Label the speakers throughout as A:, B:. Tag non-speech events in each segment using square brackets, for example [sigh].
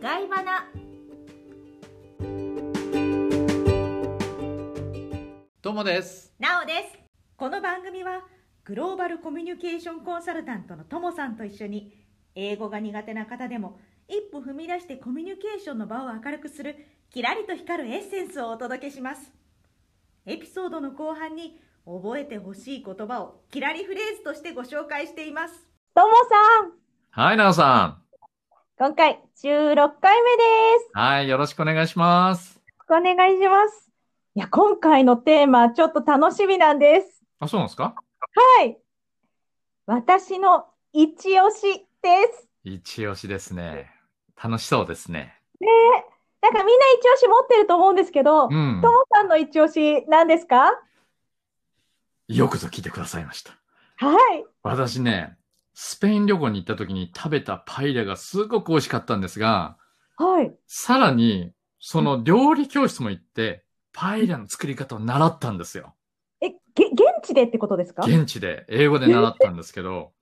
A: ガイバナ
B: どうもです。
A: なおですこの番組はグローバルコミュニケーションコンサルタントのともさんと一緒に英語が苦手な方でも一歩踏み出してコミュニケーションの場を明るくするキラリと光るエッセンスをお届けしますエピソードの後半に覚えてほしい言葉をキラリフレーズとしてご紹介しています
C: ともさん、
B: はい、なおさ
C: 今回16回目です。
B: ん。はい、よろしくお願いします。
C: お願いします。いや、今回のテーマ、ちょっと楽しみなんです。
B: あ、そうなんですか
C: はい。私の一押しです。
B: 一押しですね。楽しそうですね。
C: なんかみんな一押し持ってると思うんですけど、と
B: う
C: も、
B: ん。
C: さんの一押し何ですか
B: よくぞ聞いてくださいました。
C: はい。
B: 私ね、スペイン旅行に行った時に食べたパエリアがすごく美味しかったんですが、
C: はい。
B: さらに、その料理教室も行って、パエリアの作り方を習ったんですよ。
C: え、げ、現地でってことですか
B: 現地で、英語で習ったんですけど、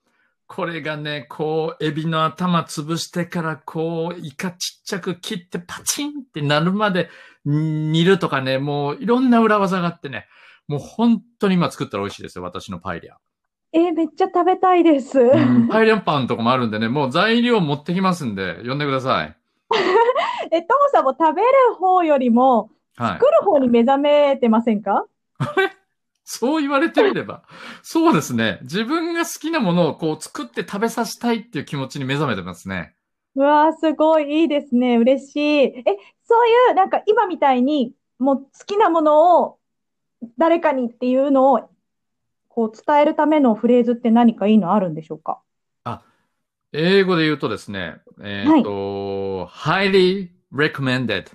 B: これがね、こう、エビの頭潰してから、こう、イカちっちゃく切ってパチンってなるまで煮るとかね、もういろんな裏技があってね、もう本当に今作ったら美味しいですよ、私のパエリア。
C: え、めっちゃ食べたいです。
B: うんパエリアパンとかもあるんでね、もう材料持ってきますんで、呼んでください。
C: え、ともさんも食べる方よりも、
B: はい
C: 作。る方に目覚めてませんか
B: そう言われてみれば。そうですね。自分が好きなものをこう作って食べさせたいっていう気持ちに目覚めてますね。
C: うわー、すごいいいですね。嬉しい。え、そういう、なんか今みたいに、もう好きなものを誰かにっていうのを、こう伝えるためのフレーズって何かいいのあるんでしょうか
B: 英語で言うとですね、えっと、highly recommended。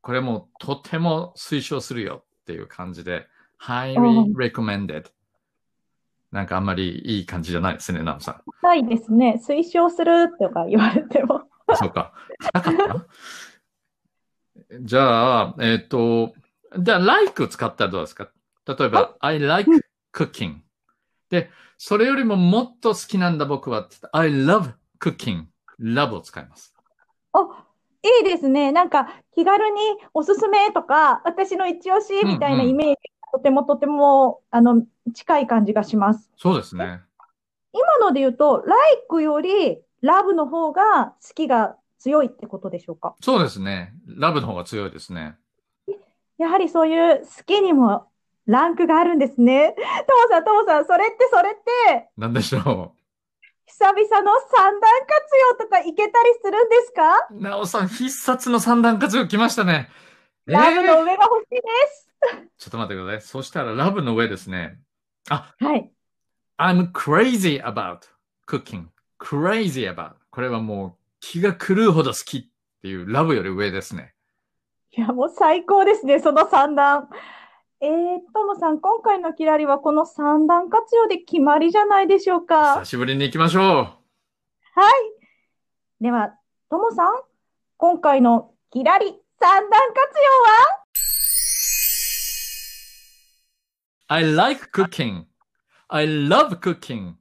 B: これもとても推奨するよっていう感じで、highly recommended。なんかあんまりいい感じじゃないですね、ナオさん。
C: ないですね。推奨するとか言われても。
B: あそうか。なかったな [laughs] じゃあ、えっ、と、じゃあ、like 使ったらどうですか例えば、I like cooking. で、それよりももっと好きなんだ僕はって言った I love cooking. love を使います。
C: あ、いいですね。なんか気軽におすすめとか、私の一押しみたいなイメージがとてもとても、あの、近い感じがします。
B: そうですね。
C: 今ので言うと、like より love の方が好きが強いってことでしょうか
B: そうですね。ラブの方が強いですね。
C: やはりそういう好きにもランクがあるんですね。ともさん、ともさん、それってそれって、
B: なんでしょ
C: 久々の三段活用とかいけたりするんですか
B: う。なおさん、必殺の三段活用来ましたね。え
C: ラブの
B: ー、
C: 上が欲しいです。
B: ちょっと待ってください。そしたら、ラブの上ですね。
C: はい。
B: I'm crazy about cooking. crazy about. これはもう気が狂うほど好きっていうラブより上ですね。
C: いや、もう最高ですね、その三段。えー、ともさん、今回のキラリはこの三段活用で決まりじゃないでしょう
B: 久
C: か。
B: しぶりに行きましょ
C: では、ともさん、今回のキラリ三段活用は
B: う。I like cooking. I love cooking.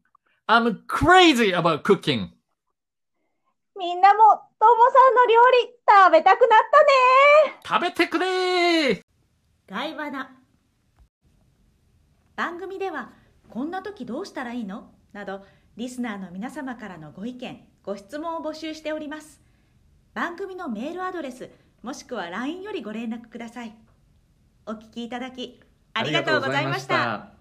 B: I'm crazy about cooking.
C: みんなも、ともさんの料理食べたくなった
B: 食
C: ね
B: べてくれー
A: ガイバナ番組ではこんな時どうしたらいいのなどリスナーの皆様からのご意見ご質問を募集しております番組のメールアドレスもしくは LINE よりご連絡くださいお聞きいただきありがとうございました
B: ありがとうございました。